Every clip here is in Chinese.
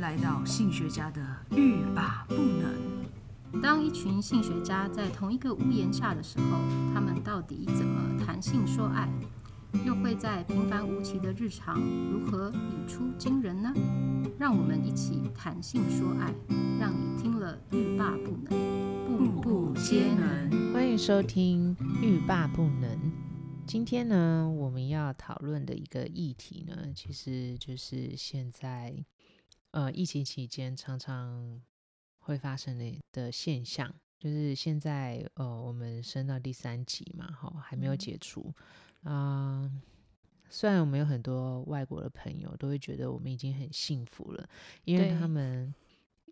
来到性学家的欲罢不能。当一群性学家在同一个屋檐下的时候，他们到底怎么谈性说爱？又会在平凡无奇的日常如何语出惊人呢？让我们一起谈性说爱，让你听了欲罢不能，步步皆能。欢迎收听《欲罢不能》。今天呢，我们要讨论的一个议题呢，其实就是现在呃疫情期间常常会发生的的现象，就是现在呃我们升到第三级嘛，哈，还没有解除啊、虽然我们有很多外国的朋友都会觉得我们已经很幸福了，因为对他们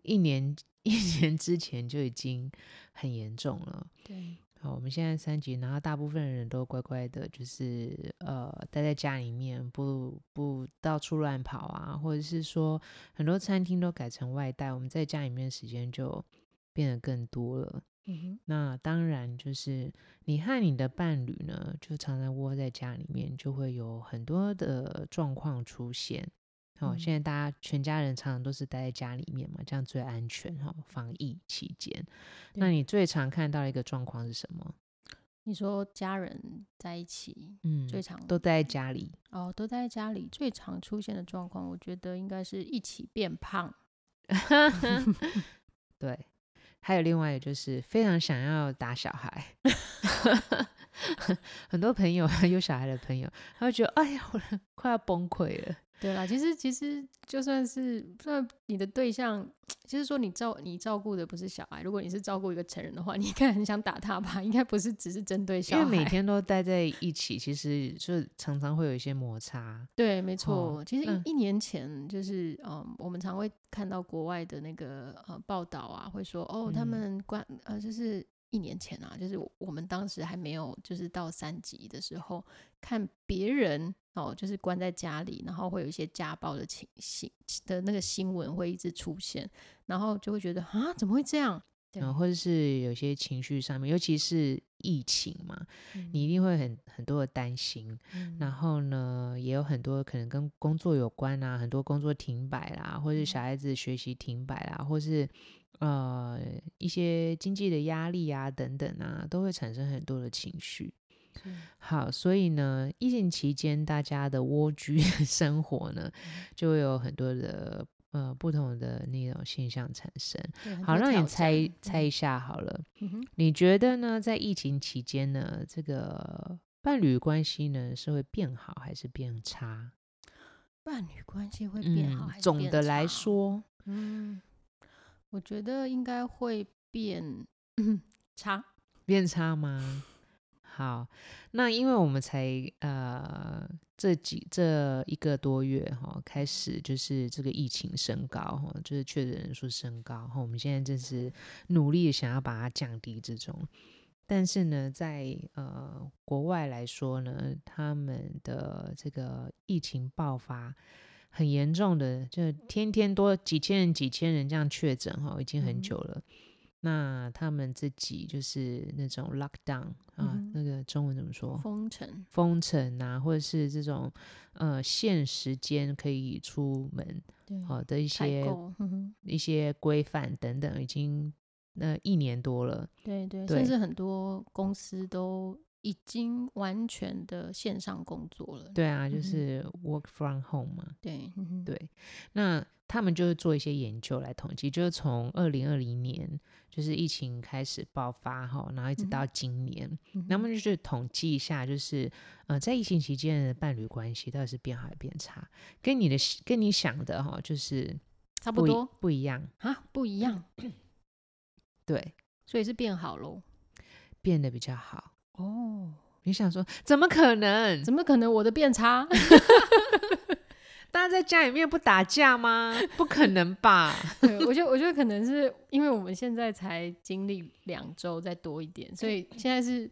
一年 一年之前就已经很严重了。对，好，我们现在三级，然后大部分人都乖乖的，就是呃待在家里面，不不到处乱跑啊，或者是说很多餐厅都改成外带，我们在家里面的时间就变得更多了。嗯那当然就是你和你的伴侣呢，就常常窝在家里面，就会有很多的状况出现。哦，嗯现在大家全家人常常都是待在家里面嘛，这样最安全哈、哦。防疫期间，那对你最常看到的一个状况是什么？你说家人在一起嗯，最常都待在家里。哦都待在家里最常出现的状况，我觉得应该是一起变胖。 对，还有另外一个就是非常想要打小孩， 很多朋友 有小孩的朋友，他会觉得哎呀，我的快要崩溃了。对啦，其实其实就算是就算你的对象，就是说你照你照顾的不是小孩，如果你是照顾一个成人的话，你应该很想打他吧？应该不是只是针对因小为孩。每天都待在一起，其实就常常会有一些摩擦。对，没错。哦其实一、嗯一年前就是嗯，我们常会看到国外的那个呃报道啊，会说哦，他嗯们关呃就是。一年前啊，就是我我们当时还没有就是到三级的时候，看别人哦，就是关在家里，然后会有一些家暴的情形的那个新闻会一直出现，然后就会觉得啊，怎么会这样？对然后或者是有些情绪上面，尤其是疫情嘛，你一定会很很多的担心。嗯然后呢，也有很多可能跟工作有关啊，很多工作停摆啦，或是嗯小孩子学习停摆啦，或是呃一些经济的压力啊等等啊，都会产生很多的情绪。好，所以呢，疫情期间大家的蜗居 的生活呢，嗯就会有很多的呃不同的那种现象产生。对很好，多让哦挑你猜战猜一下好了，嗯哼你觉得呢？在疫情期间呢，这个伴侣关系呢是会变好还是变差？嗯伴侣关系会变好还是总变的来差说，嗯，我觉得应该会变 差。变差吗？好，那因为我们才呃这几这一个多月哈、开始就是这个疫情升高哈、就是确诊人数升高哈、我们现在正是努力地想要把它降低之中。但是呢，在呃国外来说呢，他们的这个疫情爆发很严重的，就天天多几千人、几千人这样确诊哈、已经嗯很哼久了。那他们自己就是那种 lockdown 啊，嗯哼那个中文怎么说？封城，封城啊，或者是这种呃限时间可以出门对，好、的一采些购，嗯哼一些规范等等，已经呃一年多了。对对，对甚至很多公司都已经完全的线上工作了。对啊，嗯就哼是 work from home 嘛。对，嗯哼对，那他们就是做一些研究来统计，就是从二零二零年就是疫情开始爆发哈，然后一直嗯哼到今年，嗯那哼么就是统计一下，就是呃，在疫情期间的伴侣关系到底是变好还是变差，跟你的跟你想的哈，就是差不不一多不一样，啊，不一样，对，所以是变好喽。变得比较好。哦，你想说怎么可能？怎么可能我的变差？大家在家里面不打架吗？不可能吧？ 对，我觉得，我觉得可能是因为我们现在才经历两周再多一点，所以现在是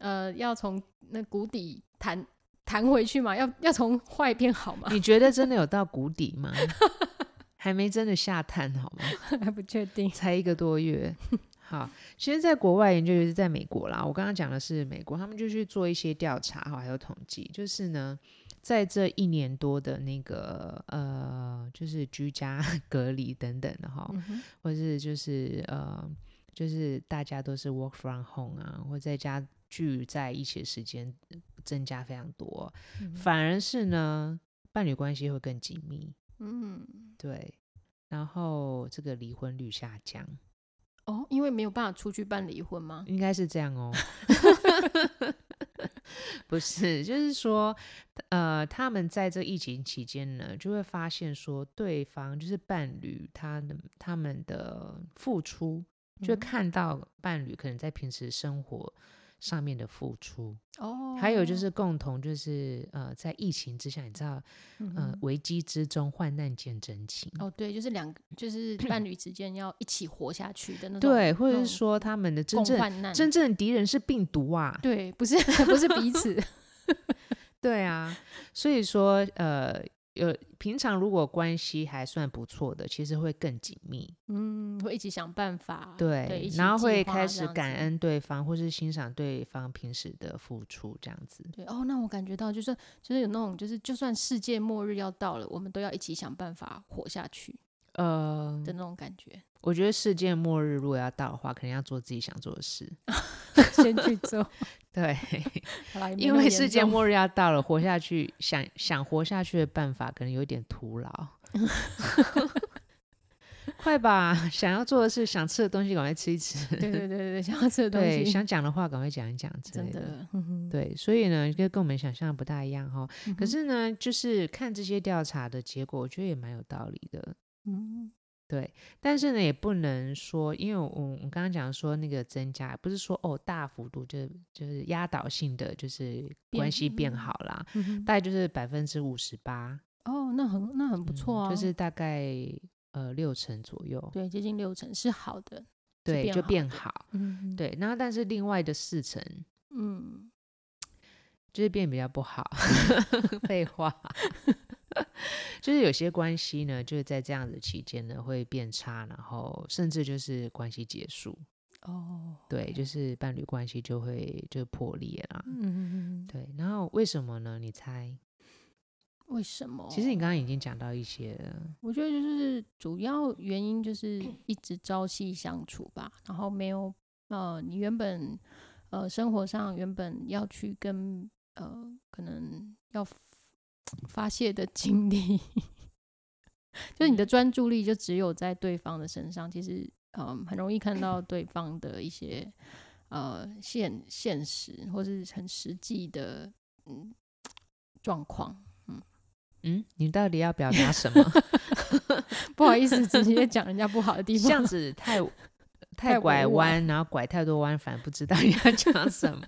呃要从那谷底弹弹回去嘛，要要从坏变好嘛，你觉得真的有到谷底吗？ 还没真的下探好吗？ 还不确定。才一个多 月。好，其实，在国外研究就是在美国啦。我刚刚讲的是美国，他们就去做一些调查哈，还有统计，就是呢，在这一年多的那个呃，就是居家隔离等等的哈，嗯哼或是就是呃，就是大家都是 work from home 啊，或在家聚在一起的时间呃增加非常多，嗯哼反而是呢，伴侣关系会更紧密，嗯，对，然后这个离婚率下降，哦，因为没有办法出去办离婚吗？应该是这样哦。不是，就是说，呃，他们在这疫情期间呢，就会发现说，对方就是伴侣，他的他们的付出，就会嗯看到伴侣可能在平时生活上面的付出，哦，还有就是共同就是呃，在疫情之下，你知道，嗯呃哼，危机之中患难见真情。哦，对，就是两个， 就是伴侣之间要一起活下去的那种，对，或者嗯是说他们的真共正患难，真正的敌人是病毒啊，对，不是 不是彼此，对啊，所以说呃，有平常如果关系还算不错的，其实会更紧密，嗯，会一起想办法，对，哦一起然后计会划开这始样感子。恩对方，或是欣赏对方平时的付出，这样子。对哦，那我感觉到就是就是有那种就是就算世界末日要到了，我们都要一起想办法活下去呃，的那种感觉，我觉得世界末日如果要到的话，可能要做自己想做的事。 先去做。对，好啦也没因那么为严世界 重末日要到了，活下去想想活下去的办法可能有一点 徒劳。快吧，想要做的事、想吃的东西，赶快吃一吃。对对对对对，想要吃的东对，西，想讲的话赶快讲一讲之真类的。的，嗯哼对，所以呢，就跟我们想象的不大一样哈、嗯可哼是呢，就是看这些调查的结果，我觉得也蛮有道理的。嗯对，但是呢，也不能说，因为我我刚刚讲说那个增加，不是说哦大幅度就就是压倒性的就是关变系变嗯好啦，嗯哼大概就是百分之五十八，哦，那很那很不嗯错啊，就是大概呃六成左右，对接近六成是好的，对，变就好变的好。嗯哼对，然后但是另外的四成嗯，就是变比较不好。 废话，就是有些关系呢，就是在这样子期间呢会变差，然后甚至就是关系结束。哦，对，就是伴侣关系就会就破裂啦。嗯哼哼哼，对，然后为什么呢？你猜？为什么？其实你刚刚已经讲到一些了，我觉得就是主要原因就是一直朝夕相处吧，然后没有呃，你原本呃生活上原本要去跟呃可能要发泄的精力， 就是你的专注力就只有在对方的身上，其实嗯、呃很容易看到对方的一些呃现现实或是很实际的嗯状况。 嗯，你到底要表达什么？不好意思，直接讲人家不好的地这方样。子 太太太拐委婉弯，然后拐太多弯，反而不知道你 要讲什么。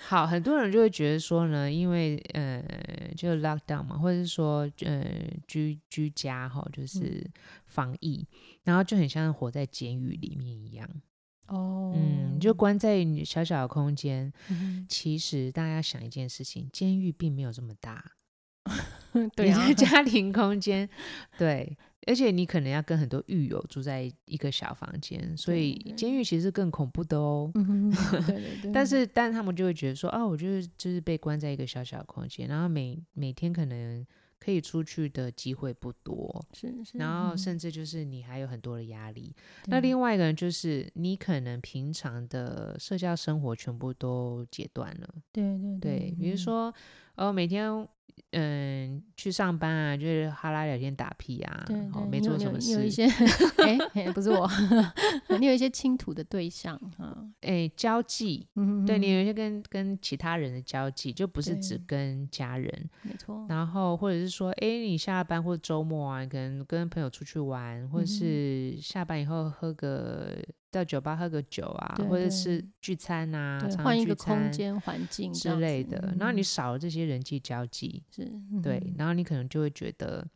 好，很多人就会觉得说呢，因为呃，就 lockdown 嘛，或者是说呃居居家哈，嗯就是防疫，然后就很像活在监狱里面一样，哦，嗯，就关在你小小的空间。嗯其实大家想一件事情，监狱并没有这么大， 哼 对你啊在，家庭空间，对，而且你可能要跟很多狱友住在一个小房间，所对以对监狱其实更恐怖的哦。嗯哼，对对对， 但是，但他们就会觉得说，啊，我就是就是被关在一个小小的空间，然后每每天可能可以出去的机会不多，是是，然后嗯甚至就是你还有很多的压力。那对另外一个人就是你可能平常的社交生活全部都截断了，对对对，比如嗯说，呃，每天嗯去上班啊，就是哈拉聊天打屁啊，对哦对，没你有做你什有么你有一事， 些，哎哎，不是我， 你有一些倾吐的对象啊，哎，交际，嗯，对你嗯有一些跟跟其他人的交际，就不是只对跟家人，嗯没错，然后或者是说，哎，你下班或周末啊，可能跟朋友出去玩，或者嗯是下班以后喝个到酒吧喝个酒啊对，或者对是聚餐啊，对，常换常一聚个空餐间环境这之样类子的，然后你嗯少了这些人际交际，是对，嗯然后你可能就会觉得，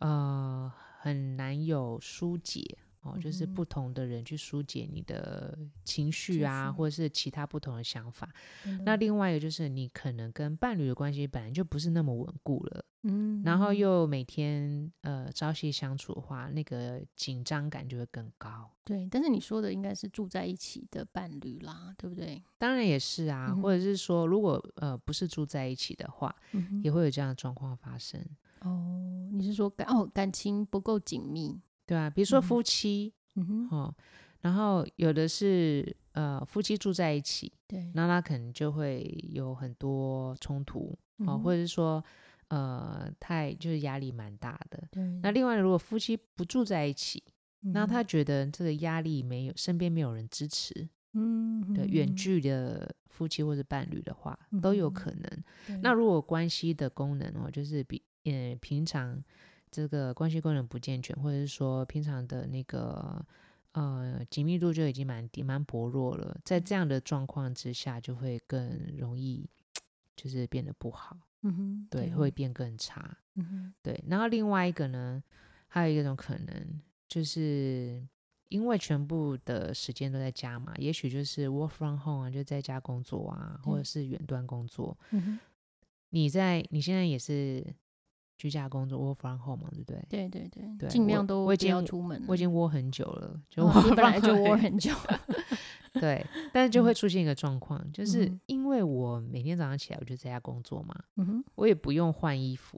呃，很难有疏解哦，就是嗯哼不同的人去疏解你的情绪情啊，绪嗯或者是其他不同的想法。真的那另外一个就是，你可能跟伴侣的关系本来就不是那么稳固了，嗯，然后又每天呃朝夕相处的话，那个紧张感就会更高。对，但是你说的应该是住在一起的伴侣啦，对不对？当然也是啊，嗯或者是说，如果呃不是住在一起的话，嗯哼也会有这样的状况发生，哦，你是说感哦感情不够紧密？对啊，比如说嗯夫妻、嗯哼，哦，然后有的是呃夫妻住在一起，对，那他可能就会有很多冲突哦，嗯或者是说呃太就是压力蛮大的。对，嗯那那另外，如果夫妻不住在一起，那他觉得这个压力没有身边没有人支持，嗯对远，距的夫妻或者伴侣的话，都有嗯可能。嗯那对如果关系的功能哦，就是比呃平常这个关系功能不健全，或者是说平常的那个呃紧密度就已经蛮低、蛮薄弱了，在这样的状况之下，就会更容易就是变得不好，嗯哼，对，会，变更差。嗯哼，对，然后另外一个呢，还有一种可能，就是因为全部的时间都在家嘛，也许就是 work from home 啊，就在家工作啊，或对者是远端工作。嗯哼，你在你现在也是居家工作 work from home 嘛，对不对？对对对，对尽我量都我已不要经出门了。我已经窝很久了，就嗯哦我、 你本来 就窝很久， 对，但是就会嗯出现一个状况，就是嗯因为我每天早上起来我就在家工作嘛， 嗯哼，我也不用换衣服，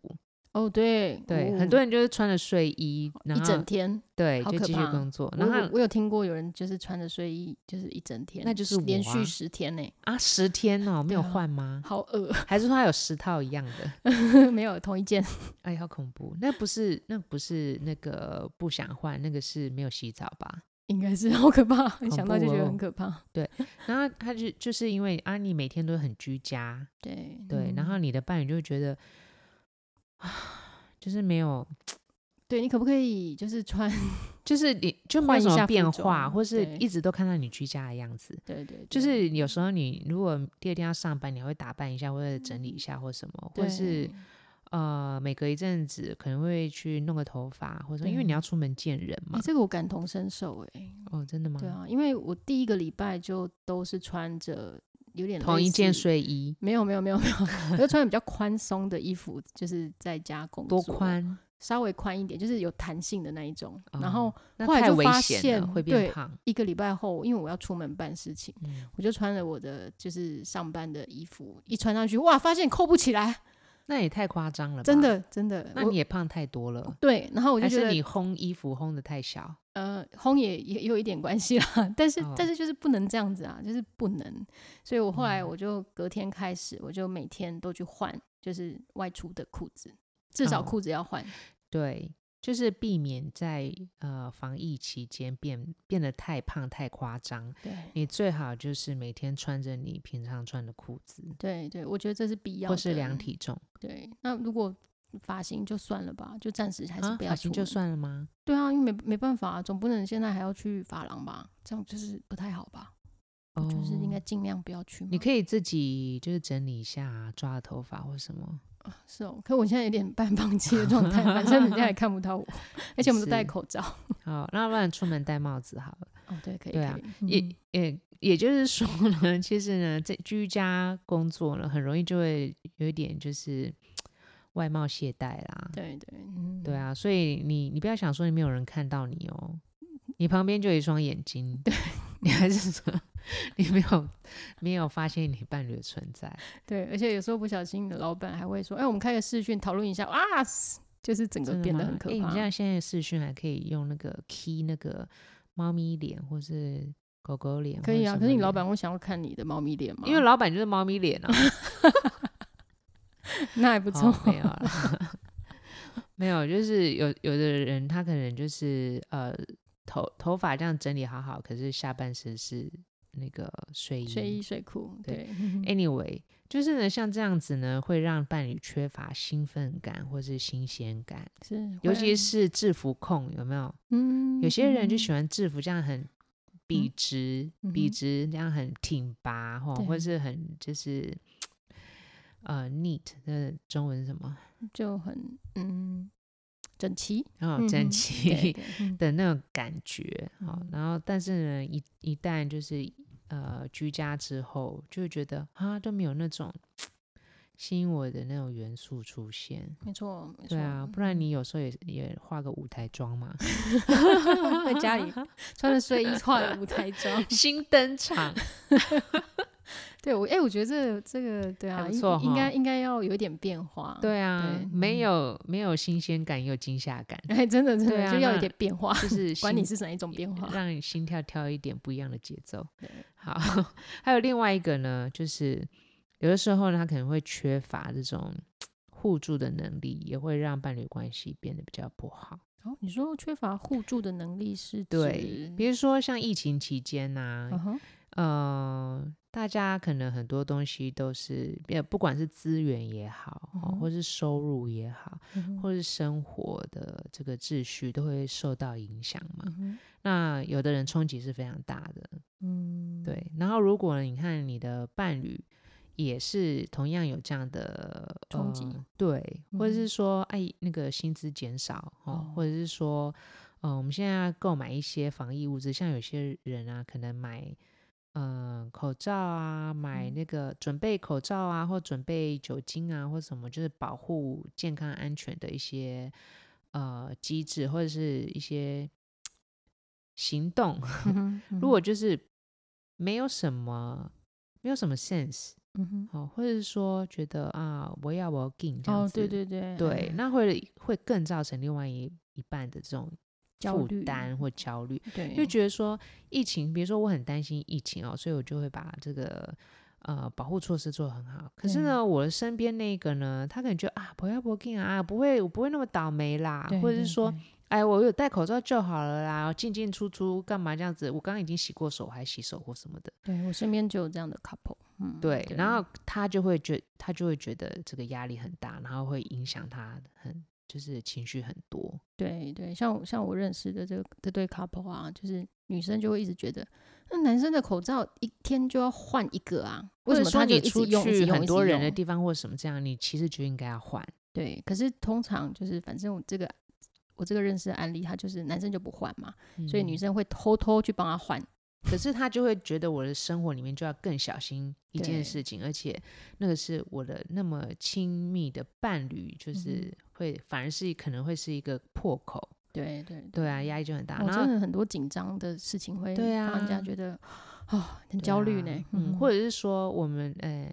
哦对对，很哦多人就是穿着睡衣，然一后整天，对好就可继续怕工作，我然后他有我有听过有人就是穿着睡衣就是一整天，那就是连我啊续十天呢， 啊，十天哦，没对有啊换 吗？好恶，还是说他有十套一样的？没有同一件，哎，好恐怖！那不是那不是那个不想换，那个是没有洗澡吧？应该是好可怕，想到就怖觉得哦很可怕。然后他就就是因为啊，你每天都很居家，对对，嗯然后你的伴侣就会觉得啊，就是没有，对你可不可以就是穿？ 就是你就没换有一什下么服变化，装或是对一直都看到你居家的样子。对对，就对是有时候你如果第二天要上班，你还会打扮一下，或者整理一下，或什么，或是嗯对呃，每隔一阵子可能会去弄个头发，或者说因为你对要出门见人哎、嘛。这个我感同身受哎、哦，真的吗？对啊，因为我第一个礼拜就都是穿着有点同类一件似，睡衣没有没有没有没有，我就穿比较宽松的衣服，就是在家工作，多，宽？稍微宽一点，就是有弹性的那一种。啊然哦后那后来太就危发险了，现会对变胖。一个礼拜后，因为我要出门办事情，嗯，我就穿了我的就是上班的衣服，一穿上去哇，发现扣不起 来，那也太夸张了吧？真，的真的，啊那我你也胖太多了。对，然后我就还觉是得你烘衣服烘的太小，呃，烘也也也有一点关系啦，但是、但哦是就是不能这样子啊，就是不能。所以我后来嗯我就隔天开始，我就每天都去换，就是外出的裤子，至少哦裤子要换。对，就是避免在呃防疫期间变变得太胖太夸张。对你最好就是每天穿着你平常穿的裤子，对对，我觉得这是必要的。或是量体重对，那如果发型就算了吧，就暂时还是啊，不要发出型门。就算了吗？对啊，因为没没办法、总不能现在还要去发廊吧？这样就是不太好吧？哦就是应该尽量不要去嘛。你可以自己就是整理一下、啊抓个头发或 什么。是哦，可我现在有点半放弃的状态， 反正人家也看不到我，而且我们都戴是口罩。好，那不然出门戴帽子好了。哦，对，可以，对啊可以，也也也就是说呢，其实呢，在居家工作呢，很容易就会有一点就是外貌懈怠啦嗯、。对对，嗯，对，啊，所以你你不要想说你没有人看到你哦，你旁边就有一双眼睛，对， 你还是说你没有没有发现你伴侣的存在。对，而且有时候不小心，你的老板还会说，哎，我们开个视讯讨论一下，啊，就是整个真的变得吗很可诶你怕这。样现在视讯还可以用那个 key 那个猫咪脸或是狗狗脸，可以啊，或可是者什么你脸老板，会想要看你的猫咪脸吗？因为老板就是猫咪脸啊，那还不不错，哦 没有啦， 没有，就是有有的人他可能就是呃头头发这样整理好好，可是下半身是那个睡衣，睡衣睡裤，对哎对，嗯 Anyway，就是呢，像这样子呢，会让伴侣缺乏兴奋感或是新鲜感，是，尤会其啊，是制服控，有没有？嗯，有些人就嗯喜欢制服，这样很笔嗯直、嗯笔哼直，这样很挺拔哈，或对是很就是呃 neat 的中文是什么就很嗯整 齐，哦，嗯整哼对齐对嗯的那种感觉好，嗯然后但是呢，一一旦就是呃居家之后，就会觉得啊都没有那种吸引我的那种元素出现。没错，没错。嗯对啊，不然你有时候也也画个舞台妆嘛，，在家里穿着睡衣画舞台妆新 登场，对我，哎、我觉得这个这个，对还啊，不应错应该哈应该要有一点变化。，对啊，对嗯没有没有新鲜感，也有惊吓 感，哎，真的真对的、啊就要有那一点变 化，就是管你心是哪一种变化。让你心跳跳一点不一样的节奏对。好， 还有另外一个呢，就是有的时候呢，他可能会缺乏这种互助的能力，也会让伴侣关系变得比较不好。哦，你说缺乏互助的能力是对指，比如说像疫情期间呐、嗯哼，呃，大家可能很多东西都是，呃不管是资源也好，哦嗯哼或是收入也好，嗯哼或是生活的这个秩序，都会受到影响嘛。嗯哼那有的人冲击是非常大的，嗯，对。然后如果你看你的伴侣也是同样有这样的冲击呃对，或嗯者是说哎那个薪资减少哦，哦或者是说呃我们现在要购买一些防疫物资，像有些人啊可能买。嗯，口罩啊，买嗯那个准备口罩啊，或准备酒精啊，或什么，就是保护健康安全的一些呃机制，或者是一些行动。嗯哼，嗯如果哼就是没有什么没有什么 sense 嗯哼哦，或者是说觉得啊我要我要 g 这样哦，子，对对对对，那会会更造成另外一一半的这种焦负虑嗯担或焦虑，对，就觉得说疫情，比如说我很担心疫情哦，所以我就会把这个。呃，保护措施做得很好，可是呢，我身边那个呢，他可能觉得啊，不要不要啊，不会，我不会那么倒霉啦，对啊或者是对说，对哎，我有戴口罩就好了啦，进进出出干嘛这样子？我刚刚已经洗过手，我还洗手或什么的。对我身边就有这样的 couple，嗯，对，然后他就会觉，他就会觉得这个压力很大，然后会影响他很，就是情绪很多。对对，像我像我认识的这个这对 couple 啊，就是女生就会一直觉得，那男生的口罩一天就要换一个啊，为什或者么说他就你一直出用一直去用很一直多人的用地方或什么这样，你其实就应该要换。对，可是通常就是反正我这个我这个认识的案例，他就是男生就不换嘛，所以女嗯，生会偷偷去帮他换，可是他就会觉得我的生活里面就要更小心一件对事情，而且那个是我的那么亲密的伴侣，就嗯哼是会、反而是可能会是一个破口。对对对啊，压力就很大。我然嗯哦后真的很多紧张的事情会对让人啊家觉得啊很对焦虑啊呢，嗯，或者是说我们呃，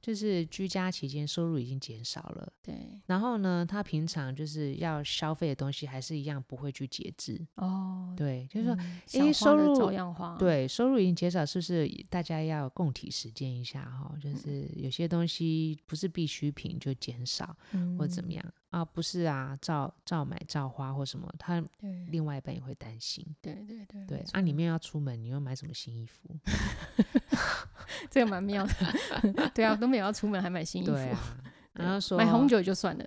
就是居家期间收入已经减少了，对然后呢，他平常就是要消费的东西还是一样不会去节制，哦，对，就是说。嗯诶想花收的入照样花，对，收入已经减少，是不是大家要共体实践一下哈、嗯就是有些东西不是必需品就减少嗯，或怎么样啊？不是啊，照照买照花或什么，他对另外一半也会担心。对对对对没，错啊，你们要出门，你又买什么新衣服？这个蛮妙的， 对啊，都没有要出门还买新衣服对，啊，然后说买红酒就算了，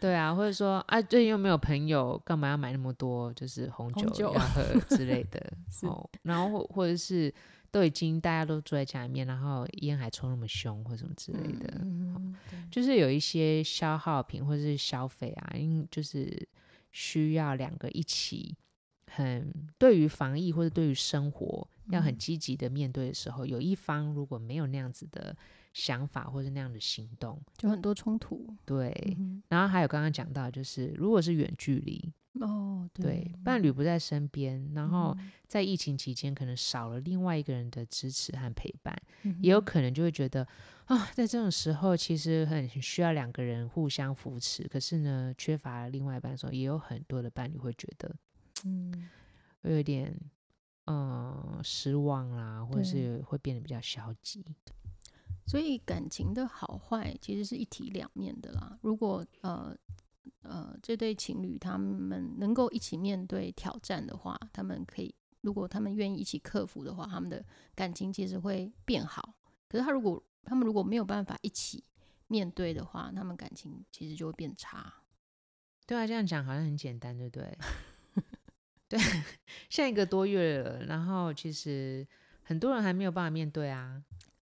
对啊，或者说啊，最近又没有朋友，干嘛要买那么多就是红红酒酒要 喝之类的？是哦，然后或或者是都已经大家都住在家里面，然后烟还抽那么凶或什么之类的，嗯，就是有一些消耗品或者是消费啊，因为就是需要两个一起很对于防疫或者对于生活要很嗯积极的面对的时候，有一方如果没有那样子的想法或者那样的行动，就很多冲突，对。嗯然后还有刚刚讲到，就是如果是远距离，哼哦，对，伴侣不在身边，然后嗯在疫情期间可能少了另外一个人的支持和陪伴，嗯也有哼可能就会觉得啊，在这种时候其实很需要两个人互相扶持，可是呢，缺乏了另外一半的时候，也有很多的伴侣会觉得嗯会有点嗯失望啦，或者对是会变得比较消极。所以感情的好坏其实是一体两面的啦。如果呃呃这对情侣他们能够一起面对挑战的话，他们可以如果他们愿意一起克服的话，他们的感情其实会变好。可是他如果他们如果没有办法一起面对的话，他们感情其实就会变差。对啊，这样讲好像很简单，对不对？ 对，现在一个多月了，然后其实很多人还没有办法面对啊，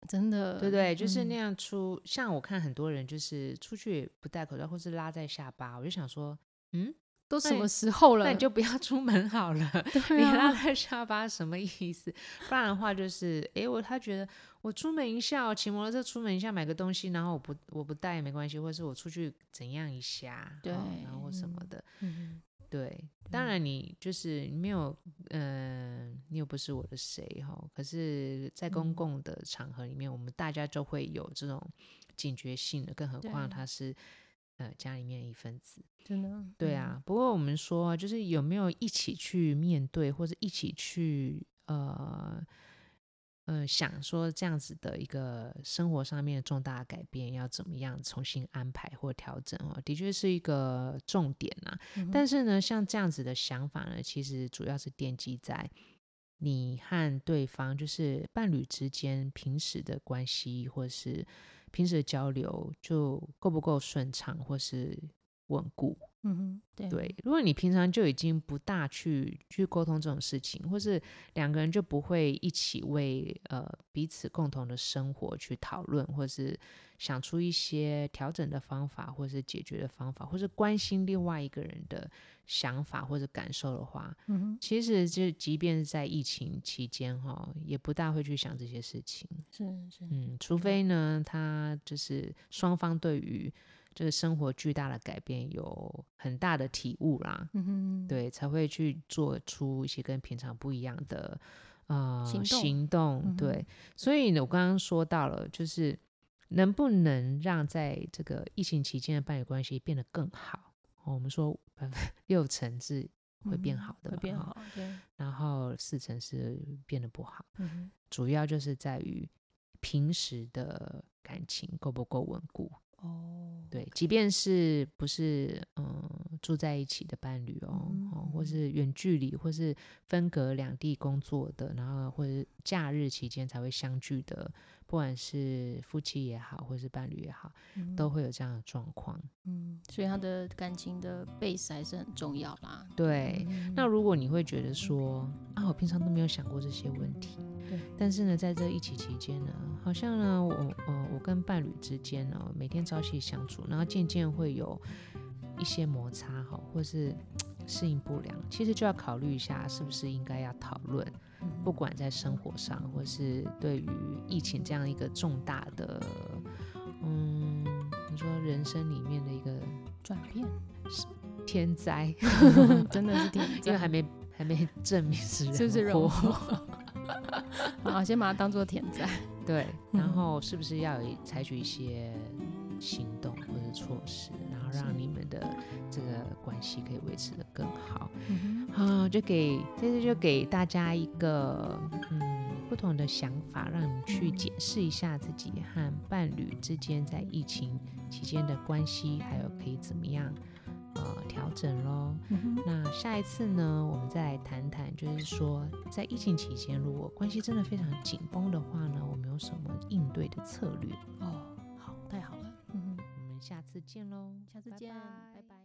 真的，对不对？就是那嗯样出，像我看很多人就是出去不戴口罩，或是拉在下巴，我就想说，嗯，都什那么你时候了？那你就不要出门好了， 对你拉啊，在下巴什么意思？不然的话就是，诶，我他觉得我出门一下哦，骑摩托车出门一下买个东西，然后我不我不带也没关系，或是我出去怎样一下，哦对然后或什么的，嗯对。当然你就是你没有，嗯、你又不是我的谁哈、哦。可是，在嗯公共的场合里面，我们大家都会有这种警觉性的，更何况对他是呃家里面的一份子。真的，对嗯，啊，不过我们说啊，就是有没有一起去面对，或者一起去呃呃想说这样子的一个生活上面的重大改变，要怎么样重新安排或调整哦，的确是一个重点啊。嗯哼但是呢，像这样子的想法呢，其实主要是奠基在你和对方，就是伴侣之间平时的关系，或是平时的交流，就够不够顺畅，或是稳固。嗯哼，对对，如果你平常就已经不大去去沟通这种事情，或是两个人就不会一起为呃彼此共同的生活去讨论，或是想出一些调整的方法，或是解决的方法，或是关心另外一个人的想法或者感受的话，嗯哼，其实就即便是在疫情期间哈、也不大会去想这些事情。是是，嗯，除非呢，他就是双方对于这个生活巨大的改变有很大的体悟啦，嗯哼，对，才会去做出一些跟平常不一样的呃行动嗯哼对，所以呢，我刚刚说到了，就是能不能让在这个疫情期间的伴侣关系变得更好？哦、我们说百分六成是会变嗯好的会嘛变哈好，对，然后四成是变得不好。嗯哼，主要就是在于平时的感情够不够稳固。哦，对，即便是不是嗯住在一起的伴侣哦，嗯哦或嗯是远距离，或是分隔两地工作的，然后或者假日期间才会相聚的，不管是夫妻也好，或是伴侣也好，嗯都会有这样的状况。嗯，所以他的感情的 base 还是很重要啦。对，嗯那如果你会觉得说啊，我平常都没有想过这些问题对，但是呢，在这一起期间呢，好像呢，我呃，我跟伴侣之间呢，每天朝夕相处，然后渐渐会有一些摩擦哈，或是嘖适应不良，其实就要考虑一下，是不是应该要讨论，嗯不管在生活上，或是对于疫情这样一个重大的，嗯，你说人生里面的一个转 变天灾。 真的是挺，嗯因为还没还没 证明是人是不是人祸 祸？ 好，先把它当做甜在。对，然嗯后是不是要有采取一些行动或者措施，然后是让你们的这个关系可以维持的更好嗯哼啊？就给这次就给大家一个嗯不同的想法，让你们去检视一下自己和伴侣之间在疫情期间的关系，还有可以怎么样呃调整喽。 嗯哼，那下一次呢，我们再来谈谈，就是说在疫情期间，如果关系真的非常紧绷的话呢，我们有什么应对的策略？哦，好，太好了。嗯哼，我们下次见喽，下次见，拜拜拜。